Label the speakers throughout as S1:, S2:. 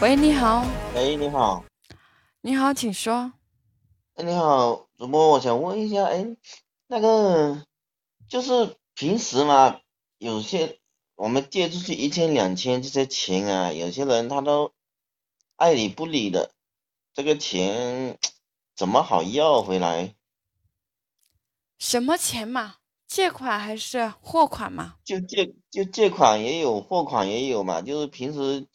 S1: 喂，你好，
S2: 喂，哎你好，
S1: 你好，请说。
S2: 哎，你好，主播，我想问一下，哎，那个就是平时嘛，有些我们借出去一千、两千这些钱啊，有些人他都爱理不理的，这个钱怎么好要回来？
S1: 什么钱嘛？借款还是货款嘛？
S2: 就借就借款也有，货款也有嘛，就是平时，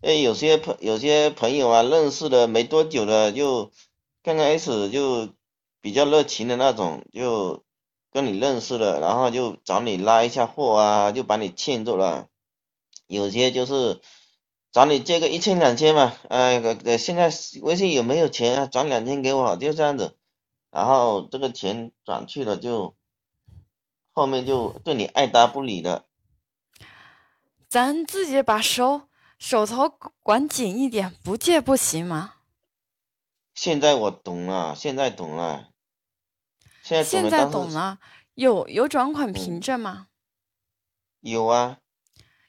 S2: 哎，有些朋有些朋友啊，认识的没多久的，就刚开始就比较热情的那种，就跟你认识了，然后就找你拉一下货啊，就把你欠住了。有些就是找你借个一千两千嘛，哎，呃呃现在微信有没有钱啊？转两千给我，就这样子，然后这个钱转去了就。后面就对你爱答不理的，
S1: 咱自己把手手头管紧一点，不借不行吗？
S2: 现在我懂了，现在懂了，现在懂
S1: 现
S2: 了。
S1: 在
S2: 当
S1: 懂
S2: 时，
S1: 了，有有转款凭
S2: 嗯，
S1: 证吗？
S2: 有啊，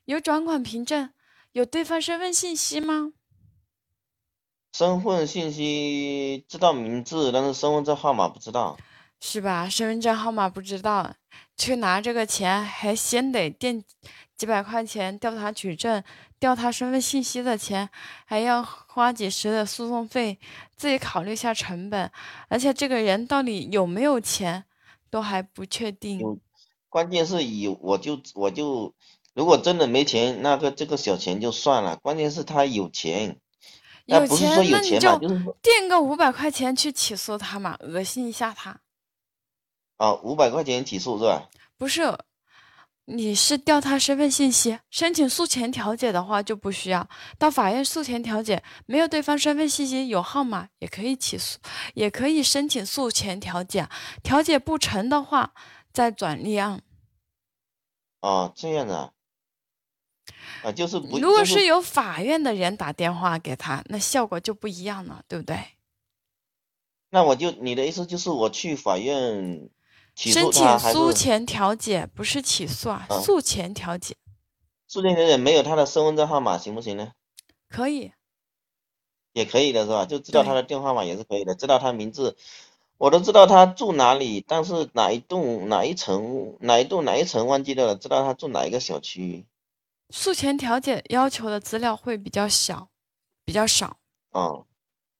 S1: 有转款凭证，有对方身份信息吗？
S2: 身份信息知道名字，但是身份证号码不知道。
S1: 是吧？身份证号码不知道，去拿这个钱还先得垫几百块钱调查取证，调查身份信息的钱，还要花几十的诉讼费，自己考虑一下成本，而且这个人到底有没有钱都还不确定。
S2: 有，关键是有，我就我就，如果真的没钱，那个这个小钱就算了。关键是他有钱，那
S1: 有
S2: 不是说
S1: 钱，
S2: 有
S1: 那你
S2: 钱嘛，
S1: 就
S2: 就是说
S1: 垫个五百块钱去起诉他嘛，恶心一下他。
S2: 啊，五百块钱起诉是吧？
S1: 不是，你是调他身份信息，申请诉前调解的话就不需要到法院诉前调解，没有对方身份信息有号码也可以起诉，也可以申请诉前调解，调解不成的话再转立案。
S2: 啊，这样的啊，就是不
S1: 如果
S2: 就是是
S1: 有法院的人打电话给他，那效果就不一样了，对不对？
S2: 那我就你的意思就是我去法院起
S1: 申
S2: 诉
S1: 请
S2: 他，还
S1: 诉
S2: 是
S1: 前调解不是起诉啊，
S2: 啊？
S1: 诉前调解
S2: 书店有点没有他的身份证号码行不行呢？
S1: 可以，
S2: 也可以的是吧？就知道他
S1: 对。
S2: 的电话号码也是可以的，知道他名字，我都知道他住哪里，但是哪一栋哪一层哪一栋哪一层忘记掉了，知道他住哪一个小区
S1: 诉前调解要求的资料会比较小，比较少。
S2: 啊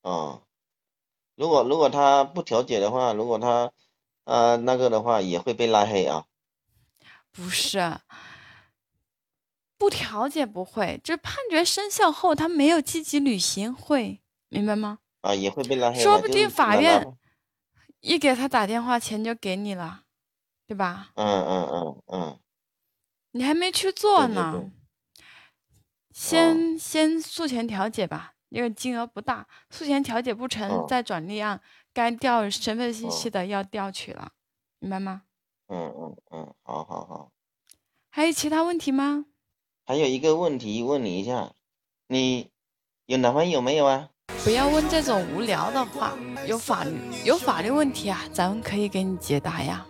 S2: 啊。如果如果他不调解的话，如果他呃那个的话，也会被拉黑啊。
S1: 不是，不调解不会，就是判决生效后他没有积极履行会，明白吗？
S2: 啊，也会被拉黑
S1: 说
S2: 的，
S1: 不
S2: 就
S1: 定
S2: 是
S1: 法
S2: 哪哪
S1: 院
S2: 怕，
S1: 一给他打电话，钱就给你了，对吧？
S2: 嗯嗯嗯嗯，
S1: 你还没去
S2: 对
S1: 做
S2: 对对，
S1: 呢，
S2: 哦
S1: 先先诉前调解吧，因为金额不大，诉前调解不成
S2: 哦
S1: 再转立案，该调身份信息
S2: 哦，
S1: 的要调取了，明白吗？
S2: 嗯嗯嗯，好好好。
S1: 还有其他问题吗？
S2: 还有一个问题问你一下，你有男朋友没有啊？
S1: 不要问这种无聊的话，有法律有法律问题啊，咱们可以给你解答呀。